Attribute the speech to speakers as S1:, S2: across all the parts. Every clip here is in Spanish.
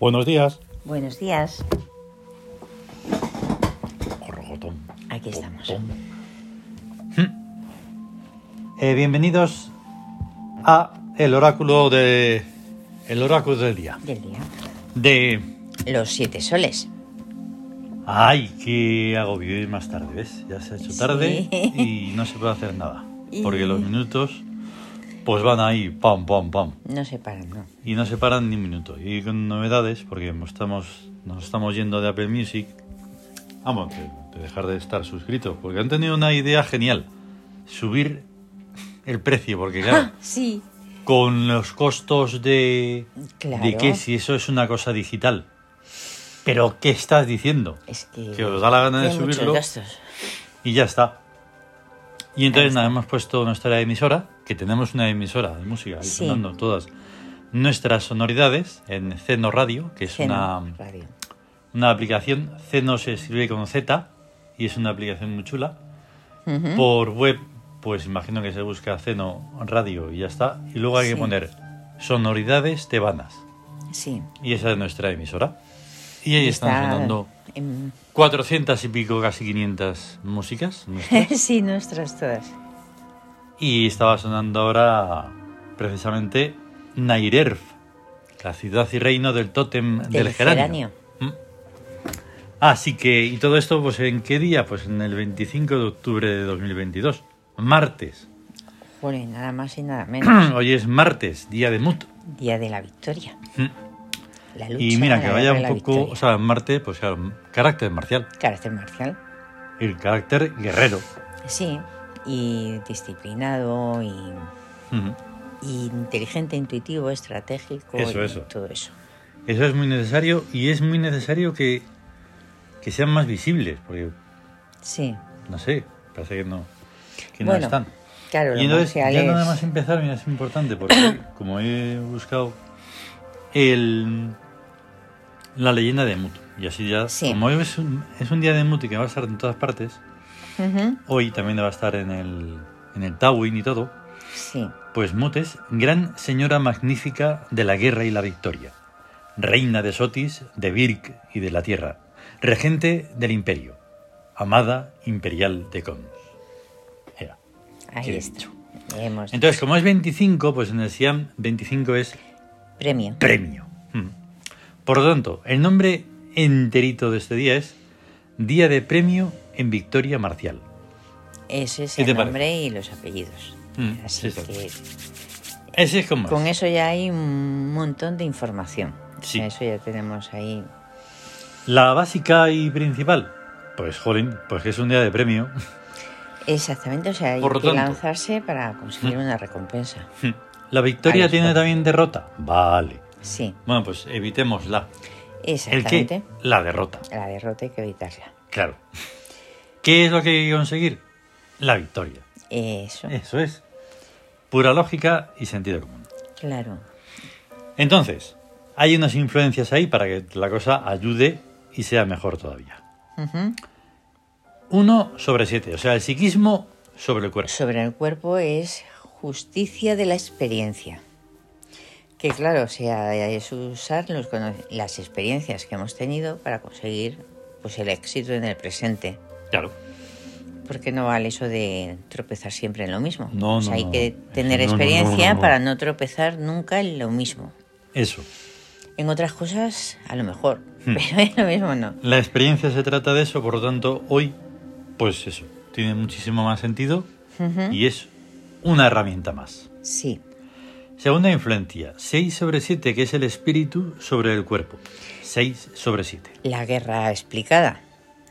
S1: Buenos días.
S2: Buenos días.
S1: Corrogotón.
S2: Aquí estamos.
S1: Eh, bienvenidos a el oráculo de el oráculo del día
S2: Del día.
S1: de
S2: Los siete soles.
S1: ay qué agobio ir más tarde ves ya se ha hecho tarde
S2: Sí.
S1: y no se puede hacer nada
S2: Y-
S1: porque los minutos pues van ahí pam pam pam
S2: No se paran, no.
S1: y no se paran ni un minuto y con novedades porque nos estamos nos estamos yendo de Apple Music vamos de, de dejar de estar suscritos porque han tenido una idea genial subir el precio porque claro
S2: Ah, Sí.
S1: con los costos de
S2: Claro.
S1: de que si eso es una cosa digital. Pero ¿qué estás diciendo?
S2: Es que.
S1: Que os da la gana de
S2: tiene muchos
S1: subirlo
S2: gastos.
S1: y ya está. Y entonces
S2: Ahí
S1: nada, hemos puesto nuestra emisora, que tenemos una emisora de música, ahí
S2: Sí.
S1: sonando todas nuestras sonoridades en Ceno Radio, que es
S2: Cena,
S1: una,
S2: radio.
S1: una aplicación. Ceno se escribe con Z y es una aplicación muy chula.
S2: Ujú.
S1: Por web, pues imagino que se busca Ceno Radio y ya está. Y luego hay que
S2: Sí.
S1: poner sonoridades tebanas.
S2: Sí.
S1: Y esa es nuestra emisora. Y ahí están
S2: Está
S1: sonando
S2: en-
S1: 400 y pico, casi 500 músicas. nuestras.
S2: sí, nuestras todas.
S1: y estaba sonando ahora precisamente Nairerf, la ciudad y reino del tótem del,
S2: Del
S1: geranio. Mm. Así que, y todo esto, pues ¿en qué día? Pues en el 25 de octubre de 2022, martes.
S2: Joder, nada más y nada menos.
S1: Hoy es martes, día de Mut.
S2: Día de la victoria.
S1: Mm.
S2: La lucha.
S1: Y mira,
S2: la
S1: que
S2: guerra
S1: vaya
S2: de
S1: un
S2: la
S1: poco,
S2: victoria.
S1: o sea, Marte, pues claro, carácter marcial,
S2: Carácter marcial.
S1: el carácter guerrero.
S2: Sí. Y disciplinado y.
S1: Ujú.
S2: y inteligente, intuitivo, estratégico.
S1: Eso,
S2: y
S1: eso.
S2: Todo eso.
S1: Eso es muy necesario y es muy necesario que, que sean más visibles, porque
S2: Sí.
S1: no sé, parece que no, que no
S2: Bueno,
S1: están.
S2: Claro,
S1: Y
S2: lo
S1: entonces, ya
S2: marcial
S1: nada
S2: es-
S1: más empezar, mira, es importante, porque como he buscado el, la leyenda de Mut, y así ya,
S2: Sí.
S1: como hoy es un, es un día de Mut y que va a estar en todas partes,
S2: Ujú,
S1: hoy también va a estar en el, en el Tawin y todo,
S2: Sí.
S1: pues Mut es gran señora magnífica de la guerra y la victoria, reina de Sotis, de Birk y de la tierra, regente del imperio, amada imperial de Cons. Era.
S2: Ahí
S1: Sí.
S2: está. Hemos
S1: Entonces, como es 25, pues en el Siam 25 es
S2: premio.
S1: premio. Mm. Por lo tanto, el nombre enterito de este día es Día de Premio en Victoria Marcial.
S2: Ese es
S1: ¿Qué te
S2: el
S1: parece?
S2: nombre y los apellidos.
S1: Mm,
S2: Así
S1: sí, sí.
S2: que
S1: Ese es como es.
S2: con eso ya hay un montón de información. O
S1: Sí.
S2: sea, Eso ya tenemos ahí.
S1: La básica y principal, pues jolín, pues que es un día de premio.
S2: Exactamente, o sea, hay
S1: Por lo
S2: que
S1: tanto. Mm.
S2: lanzarse para conseguir una recompensa.
S1: Hmm. La
S2: Ahí
S1: victoria
S2: está.
S1: tiene también derrota. Vale.
S2: Sí,
S1: Bueno, pues evitémosla. ¿El qué?
S2: exactamente.
S1: La derrota.
S2: La derrota hay que evitarla.
S1: Claro. ¿Qué es lo que hay que conseguir? La victoria.
S2: Eso,
S1: Eso es. Pura lógica y sentido común.
S2: claro.
S1: Entonces, hay unas influencias ahí para que la cosa ayude y sea mejor todavía.
S2: Ujú.
S1: 1 sobre 7, o sea, el psiquismo sobre el cuerpo.
S2: sobre el cuerpo es justicia de la experiencia. Que claro, o sea, es usar los cono- las experiencias que hemos tenido para conseguir pues el éxito en el presente.
S1: Claro.
S2: Porque no vale eso de tropezar siempre en lo mismo.
S1: No,
S2: o sea,
S1: no,
S2: hay
S1: no,
S2: que
S1: no.
S2: tener
S1: No, no, no,
S2: experiencia
S1: no, no.
S2: para no tropezar nunca en lo mismo.
S1: Eso.
S2: En otras cosas, a lo mejor,
S1: Hmm.
S2: pero en lo mismo no.
S1: La experiencia se trata de eso, por lo tanto, hoy, pues eso, tiene muchísimo más sentido
S2: Ujú.
S1: y es una herramienta más.
S2: Sí,
S1: Segunda influencia, 6 sobre 7, que es el espíritu sobre el cuerpo. 6 sobre 7.
S2: la guerra explicada.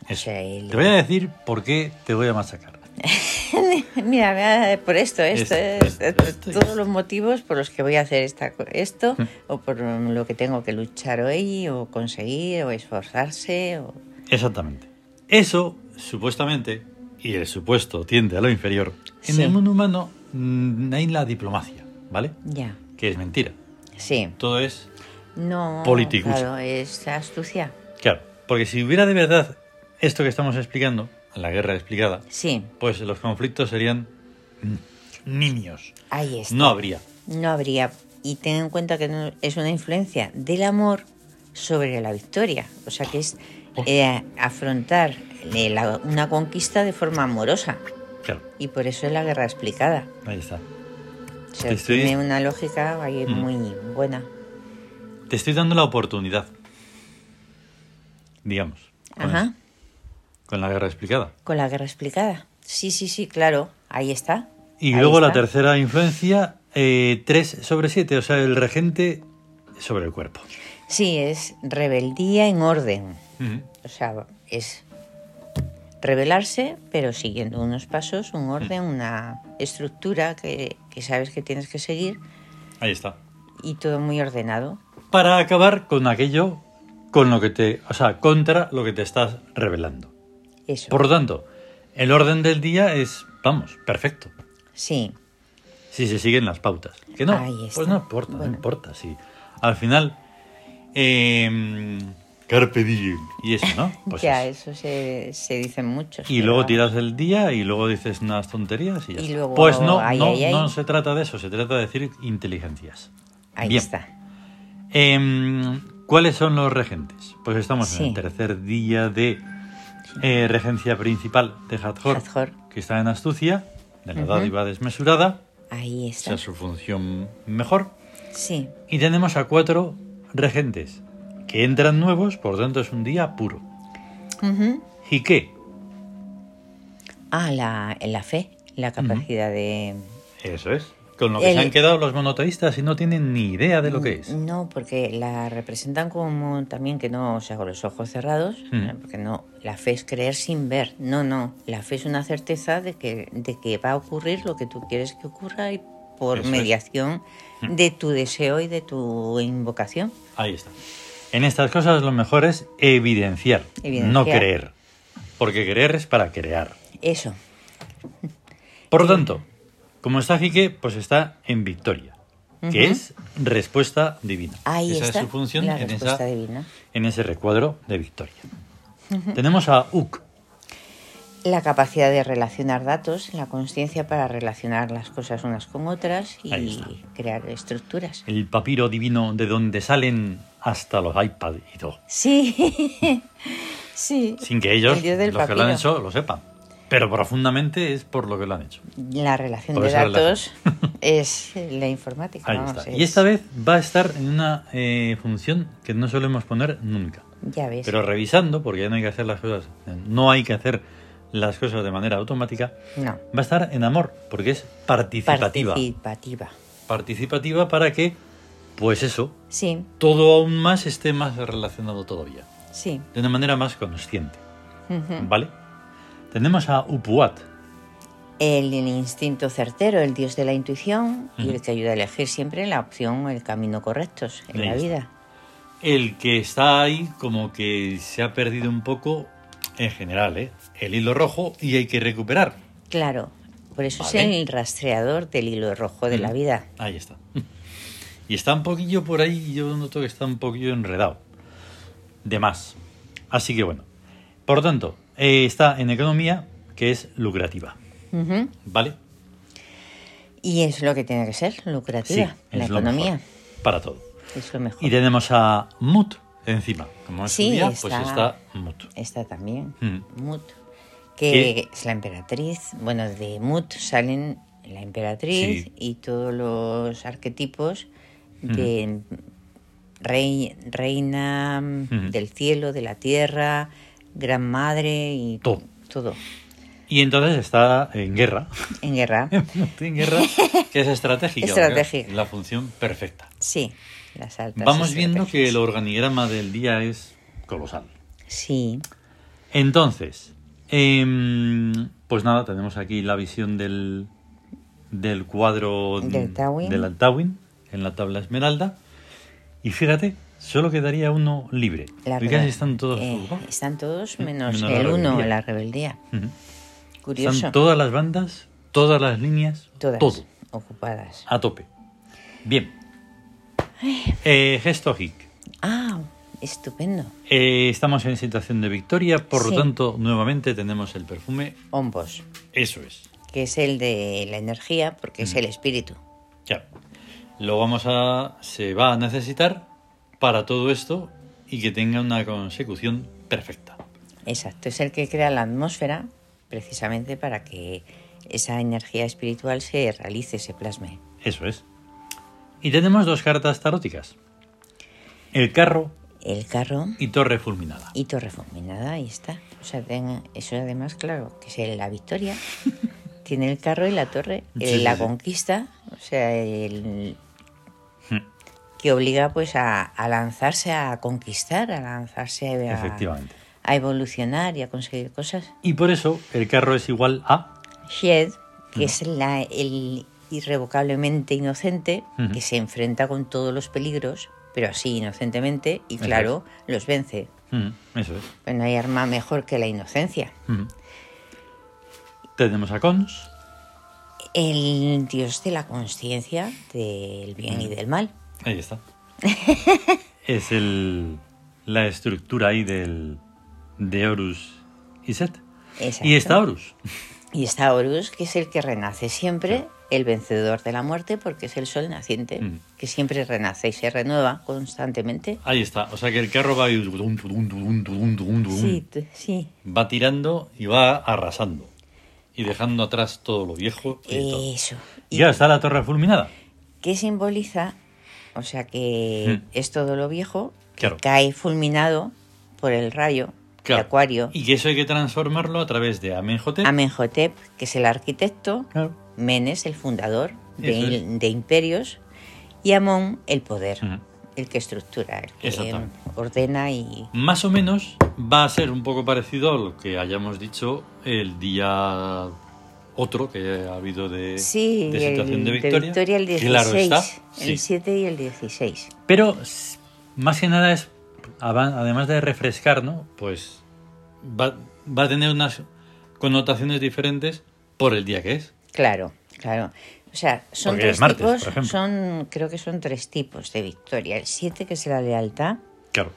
S2: O
S1: Eso.
S2: sea, el-
S1: Te voy a decir por qué te voy a machacar.
S2: Mira, mira, por esto, esto,
S1: Esto,
S2: esto,
S1: esto,
S2: esto,
S1: esto.
S2: todos los motivos por los que voy a hacer esta, co- esto, o por mm, lo que tengo que luchar hoy, o conseguir, o esforzarse, o...
S1: Exactamente. Eso, supuestamente, y el supuesto tiende a lo inferior, en
S2: Sí.
S1: el mundo humano mm, hay la diplomacia, ¿vale?
S2: Ya,
S1: Que es mentira.
S2: sí.
S1: Todo es...
S2: No,
S1: Politicus.
S2: claro, es astucia.
S1: Claro, porque si hubiera de verdad esto que estamos explicando, la guerra explicada,
S2: Sí,
S1: pues los conflictos serían mm, niños.
S2: ahí
S1: Mm.
S2: está.
S1: No habría.
S2: No habría. Y ten en cuenta que no- es una influencia del amor sobre la victoria. O sea que es eh, afrontar eh, la- una conquista de forma amorosa.
S1: Claro,
S2: Y por eso es la guerra explicada.
S1: ahí está.
S2: O sea,
S1: Te estoy-
S2: tiene una lógica ahí
S1: Mm.
S2: muy buena.
S1: Te estoy dando la oportunidad, digamos, con,
S2: Ajá.
S1: con la guerra explicada.
S2: Con la guerra explicada. Sí, sí, sí, claro. Ahí está.
S1: Y
S2: Ahí
S1: luego la
S2: está.
S1: tercera influencia, 3 sobre 7, o sea, el regente sobre el cuerpo.
S2: Sí, es rebeldía en orden.
S1: Ujú.
S2: O sea, es rebelarse, pero siguiendo unos pasos,
S1: Mm.
S2: un orden, una estructura que, que sabes que tienes que seguir
S1: Ahí está.
S2: y todo muy ordenado.
S1: Para acabar con aquello con lo que te, o sea, contra lo que te estás rebelando.
S2: Eso.
S1: Por lo tanto, el orden del día es, vamos, perfecto.
S2: Sí,
S1: Si se siguen las pautas. Que no,
S2: Ahí está.
S1: pues no importa,
S2: Bueno.
S1: no importa. Sí. Al final, eh, carpe diem y eso, ¿no? Pues
S2: ya,
S1: eso.
S2: eso se, se dice mucho.
S1: Y luego tiras el día y luego dices unas tonterías y ya
S2: Y
S1: está.
S2: luego,
S1: Pues no,
S2: ay,
S1: no,
S2: ay, ay.
S1: no se trata de eso, se trata de decir inteligencias.
S2: Ahí
S1: Bien.
S2: está.
S1: Em, ¿Cuáles son los regentes? Pues estamos en el
S2: Sí.
S1: tercer día de eh, regencia principal de Hathor,
S2: Hathor.
S1: que está en Astucia, de la
S2: Ujú.
S1: dádiva desmesurada,
S2: Ahí
S1: esa
S2: está.
S1: es su función mejor.
S2: Sí,
S1: Y tenemos a cuatro regentes que entran nuevos, por tanto es un día puro.
S2: Ujú.
S1: ¿Y qué?
S2: Ah, la, la fe, la capacidad de...
S1: Eso es. Con lo que se
S2: El-
S1: han quedado los monoteístas y no tienen ni idea de lo que es.
S2: mm, No, porque la representan como también que no, o sea, con los ojos cerrados, eh,
S1: Mm.
S2: porque no, la fe es creer sin ver. No, no, la fe es una certeza de que, de que va a ocurrir lo que tú quieres que ocurra y por
S1: Eso es.
S2: mediación de tu deseo y de tu invocación.
S1: Ahí está. En estas cosas lo mejor es evidenciar,
S2: Evidenciar.
S1: no creer. Porque creer es para crear.
S2: Eso,
S1: Por lo tanto, como está Jique, pues está en victoria, que
S2: Ujú.
S1: es respuesta divina.
S2: ahí
S1: Esa
S2: está
S1: es su función
S2: la
S1: en,
S2: respuesta
S1: esa-
S2: divina.
S1: en ese recuadro de victoria. Tenemos a Uk,
S2: La capacidad de relacionar datos, la conciencia para relacionar las cosas unas con otras
S1: Ahí
S2: y
S1: está.
S2: crear estructuras.
S1: el papiro divino de donde salen hasta los iPad y todo.
S2: Sí, sí.
S1: Sin que ellos,
S2: El dios del
S1: los que lo han
S2: papiro.
S1: hecho, lo sepan. Pero profundamente es por lo que lo han hecho.
S2: La relación
S1: Por
S2: de
S1: esa
S2: datos es la informática.
S1: Ahí
S2: vamos,
S1: está.
S2: es-
S1: Y esta vez va a estar en una eh, función que no solemos poner nunca.
S2: Ya ves.
S1: Pero revisando, porque ya no hay que hacer las cosas, no hay que hacer las cosas de manera automática,
S2: no.
S1: va a estar en amor, porque es participativa.
S2: Participativa.
S1: participativa para que, pues eso,
S2: Sí,
S1: todo aún más esté más relacionado todavía,
S2: sí.
S1: de una manera más consciente,
S2: Ujú.
S1: ¿vale? Tenemos a Upuat,
S2: El, el instinto certero, el dios de la intuición y
S1: Ujú.
S2: el que ayuda a elegir siempre la opción o el camino correctos en
S1: Ahí
S2: la
S1: está.
S2: vida.
S1: el que está ahí como que se ha perdido un poco, en general, ¿eh? El hilo rojo y hay que recuperar.
S2: Claro. Por eso es
S1: Vale.
S2: el rastreador del hilo rojo de la
S1: Ujú.
S2: vida.
S1: Ahí está. Y está un poquillo por ahí, yo noto que está un poquillo enredado. De más. Así que bueno. Por tanto, eh, está en economía, que es lucrativa.
S2: Ujú.
S1: ¿Vale?
S2: Y es lo que tiene que ser, lucrativa. la
S1: lo
S2: economía.
S1: mejor para todo.
S2: Es lo mejor.
S1: Y tenemos a Mut encima. Como es
S2: Sí,
S1: un día,
S2: está-
S1: pues está Mut.
S2: Esta también,
S1: Mm.
S2: Mut, que es la emperatriz. Bueno, de Mut salen la emperatriz
S1: Sí. Hmm.
S2: y todos los arquetipos de rey, reina
S1: Ujú.
S2: del cielo, de la tierra, gran madre y
S1: Todo.
S2: todo
S1: Y entonces está en guerra.
S2: en guerra.
S1: Mut en guerra, que es estratégica.
S2: Estratégica.
S1: La función perfecta.
S2: Sí, las altas.
S1: Vamos viendo que
S2: estrategias.
S1: el organigrama del día es colosal.
S2: Sí,
S1: Entonces, em, pues nada, tenemos aquí la visión del, del cuadro
S2: Del Tawin.
S1: del Tawin en la tabla esmeralda. Y fíjate, solo quedaría uno libre.
S2: la
S1: Porque
S2: rebe-
S1: casi están todos
S2: eh,
S1: ocupados.
S2: están todos
S1: Mm,
S2: menos,
S1: menos la
S2: el uno,
S1: rebeldía.
S2: la rebeldía.
S1: Ujú.
S2: Curioso.
S1: Están todas las bandas, todas las líneas,
S2: todas
S1: todo
S2: ocupadas.
S1: a tope. Bien. Eh, gesto hic.
S2: Ah, estupendo.
S1: Eh, estamos en situación de victoria, por
S2: Sí.
S1: lo tanto, nuevamente tenemos el perfume.
S2: Ombos,
S1: Eso es.
S2: que es el de la energía, porque es el espíritu.
S1: Claro. Lo vamos a. se va a necesitar para todo esto y que tenga una consecución perfecta.
S2: Exacto, es el que crea la atmósfera precisamente para que esa energía espiritual se realice, se plasme.
S1: Eso es. Y tenemos dos cartas taróticas. El carro
S2: El carro
S1: y torre fulminada.
S2: y torre fulminada, ahí está. O sea, ten- eso además, claro, que es la victoria. Tiene el carro y la torre, eh,
S1: Sí, sí,
S2: la
S1: sí.
S2: conquista, o sea, el,
S1: Hmm.
S2: que obliga pues a, a lanzarse a conquistar, a lanzarse a,
S1: Efectivamente.
S2: a evolucionar y a conseguir cosas.
S1: Y por eso el carro es igual a...
S2: Shed, que es
S1: Hmm.
S2: la- el irrevocablemente inocente,
S1: Ujú.
S2: que se enfrenta con todos los peligros, pero así inocentemente, y
S1: Eso
S2: claro, los vence.
S1: Mm, Eso es.
S2: Pues no hay arma mejor que la inocencia.
S1: Mm. Tenemos a Cons.
S2: El dios de la conciencia del bien
S1: Mm.
S2: y del mal.
S1: Ahí está. es el, la estructura ahí del, de Horus y Set.
S2: Exacto.
S1: Y está Horus.
S2: Y está Horus, que es el que renace siempre, el vencedor de la muerte, porque es el sol naciente,
S1: Mm.
S2: que siempre renace y se renueva constantemente.
S1: Ahí está. O sea que el carro va ahí, tudum, tudum, tudum, tudum, tudum, tudum.
S2: Sí, t- sí.
S1: Va tirando y va arrasando. Y dejando atrás todo lo viejo. Y, todo.
S2: Eso.
S1: y ahora está la torre fulminada.
S2: que simboliza, o sea que
S1: Mm.
S2: es todo lo viejo, que
S1: Claro.
S2: cae fulminado por el rayo
S1: Claro.
S2: de Acuario.
S1: Y que eso hay que transformarlo a través de Amenhotep.
S2: Amenhotep, que es el arquitecto,
S1: Claro.
S2: Menes, el fundador de,
S1: Eso es.
S2: il- de imperios, y Amón, el poder,
S1: Ujú.
S2: el que estructura, el que
S1: Exactamente.
S2: ordena y...
S1: Más o menos va a ser un poco parecido a lo que hayamos dicho el día otro que ha habido de,
S2: Sí,
S1: de
S2: el
S1: situación de
S2: de
S1: victoria.
S2: Victoria el 16,
S1: Claro está.
S2: el
S1: sí.
S2: 7 y el 16.
S1: Pero s- más que nada es, ava- además de refrescar, ¿no? Pues va, va a tener unas connotaciones diferentes por el día que es.
S2: Claro, claro. O sea, son
S1: Porque
S2: tres
S1: es martes,
S2: tipos,
S1: por ejemplo.
S2: son, creo que son tres tipos de victoria. El 7, que es la lealtad,
S1: Claro.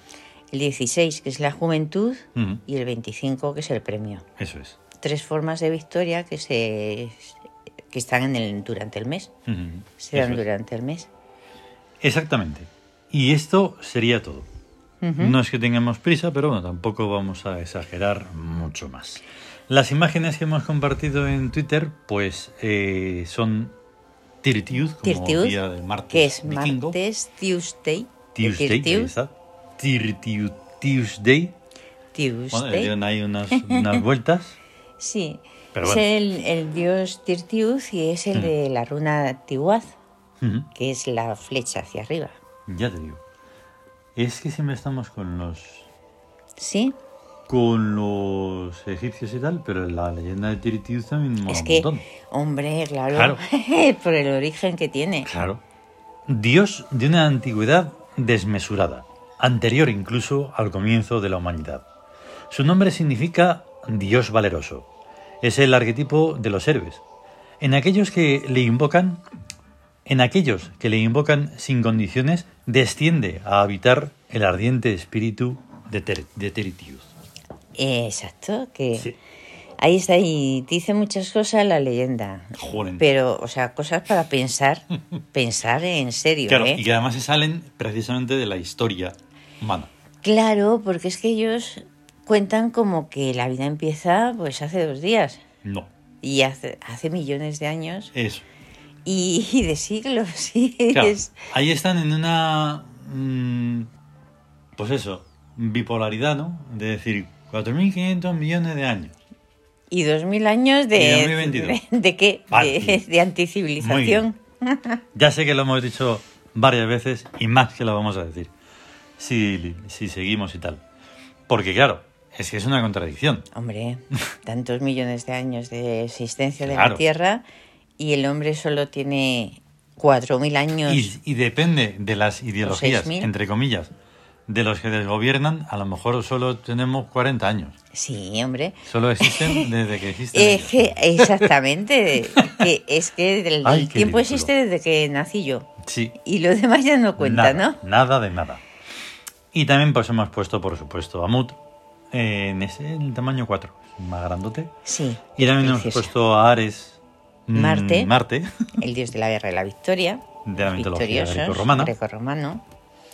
S2: el 16, que es la juventud,
S1: Ujú,
S2: y el 25, que es el premio.
S1: Eso es.
S2: Tres formas de victoria que se que están en el, durante el mes,
S1: Ujú,
S2: se
S1: eso
S2: dan
S1: es. Ah,
S2: durante el mes.
S1: Exactamente. Y esto sería todo.
S2: Ujú.
S1: No es que tengamos prisa, pero bueno, tampoco vamos a exagerar mucho más. Las imágenes que hemos compartido en Twitter, pues eh, son Tirtiud, como
S2: Tirtiud,
S1: día del martes
S2: que es
S1: vikingo.
S2: martes, Tuesday, de
S1: pues, Tuesday, ahí
S2: Tirtiud,
S1: está. Tirtiud Tuesday. Bueno, le
S2: Tuesday.
S1: dieron ahí unas, unas vueltas.
S2: Sí,
S1: Pero
S2: es
S1: bueno.
S2: el, el dios Tirtiud y es el
S1: Mm.
S2: de la runa Tiwaz,
S1: Ujú,
S2: que es la flecha hacia arriba.
S1: Ya te digo. Es que siempre estamos con los
S2: Sí,
S1: con los egipcios y tal, pero la leyenda de Tirtiud también mola
S2: es
S1: un
S2: que,
S1: montón.
S2: hombre, claro,
S1: Claro.
S2: por el origen que tiene.
S1: Claro. Dios de una antigüedad desmesurada, anterior incluso al comienzo de la humanidad. Su nombre significa Dios valeroso. Es el arquetipo de los héroes. En aquellos que le invocan, en aquellos que le invocan sin condiciones, desciende a habitar el ardiente espíritu de, Ter- de Tirtiud.
S2: Eh, exacto, que
S1: Sí.
S2: ahí está, y dice muchas cosas la leyenda.
S1: Joder.
S2: Pero, o sea, cosas para pensar, pensar en serio,
S1: Claro,
S2: ¿eh?
S1: y que además se salen precisamente de la historia humana.
S2: Claro, porque es que ellos cuentan como que la vida empieza pues hace dos días
S1: No,
S2: y hace, hace millones de años
S1: eso.
S2: y, y de siglos. Sí,
S1: Claro,
S2: es-
S1: ahí están en una. mm, pues eso, bipolaridad, ¿no? De decir, 4.500 millones de años.
S2: y dos mil años de,
S1: Y 2022.
S2: de, de qué?
S1: Vale.
S2: De, de anticivilización.
S1: Ya sé que lo hemos dicho varias veces y más que lo vamos a decir. Si, si seguimos y tal. Porque, claro, es que es una contradicción.
S2: Hombre, tantos millones de años de existencia de
S1: Claro.
S2: la Tierra y el hombre solo tiene cuatro mil años.
S1: Y, y depende de las ideologías,
S2: 6.000.
S1: entre comillas, de los que desgobiernan, a lo mejor solo tenemos 40 años.
S2: Sí, hombre.
S1: Solo existen desde que existen.
S2: Es
S1: ellos.
S2: que- exactamente. que es que el
S1: Ay, qué
S2: tiempo
S1: ridículo.
S2: existe desde que nací yo.
S1: Sí,
S2: Y lo demás ya no cuenta,
S1: nada,
S2: ¿no?
S1: Nada de nada. Y también pues hemos puesto, por supuesto, a Mut en ese en el tamaño 4, más grandote.
S2: Sí.
S1: Y también hemos
S2: preciosa.
S1: puesto a Ares mm,
S2: Marte.
S1: Marte
S2: El dios de la guerra y la victoria.
S1: de la mitología
S2: victoriosos,
S1: grecorromana.
S2: grecorromano.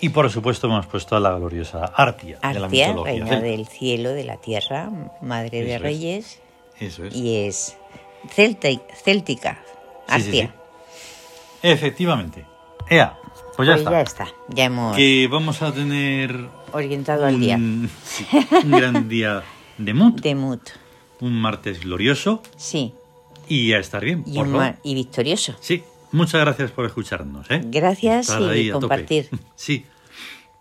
S1: Y por supuesto hemos puesto a la gloriosa Artia, de la
S2: Artia,
S1: mitología
S2: reina
S1: celta.
S2: del cielo, de la tierra, madre
S1: Eso
S2: de
S1: es.
S2: reyes,
S1: Eso es.
S2: y es celta, céltica,
S1: Sí,
S2: Artia.
S1: sí, sí. Efectivamente. Ea, pues ya
S2: Pues
S1: está.
S2: ya está, ya hemos
S1: Que vamos a tener
S2: orientado al día.
S1: un, sí, un gran día de mood,
S2: De mood,
S1: un martes glorioso
S2: sí,
S1: y a estar bien.
S2: y,
S1: por
S2: un
S1: favor.
S2: mar- y victorioso.
S1: Sí, muchas gracias por escucharnos. ¿eh?
S2: Gracias
S1: Estar
S2: y
S1: ahí a tope.
S2: compartir.
S1: Sí,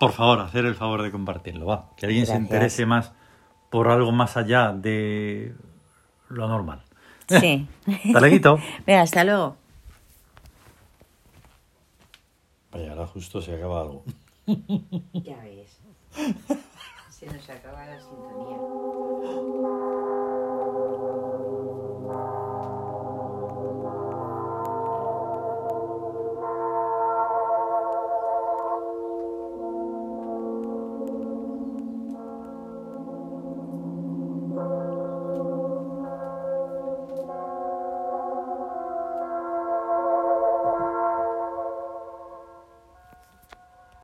S1: por favor, hacer el favor de compartirlo. Va, que alguien se
S2: Gracias.
S1: interese más por algo más allá de lo normal.
S2: Sí.
S1: Hasta luego.
S2: Venga, hasta luego.
S1: Vaya, ahora justo se acaba algo.
S2: Ya ves. Se nos acaba la sintonía.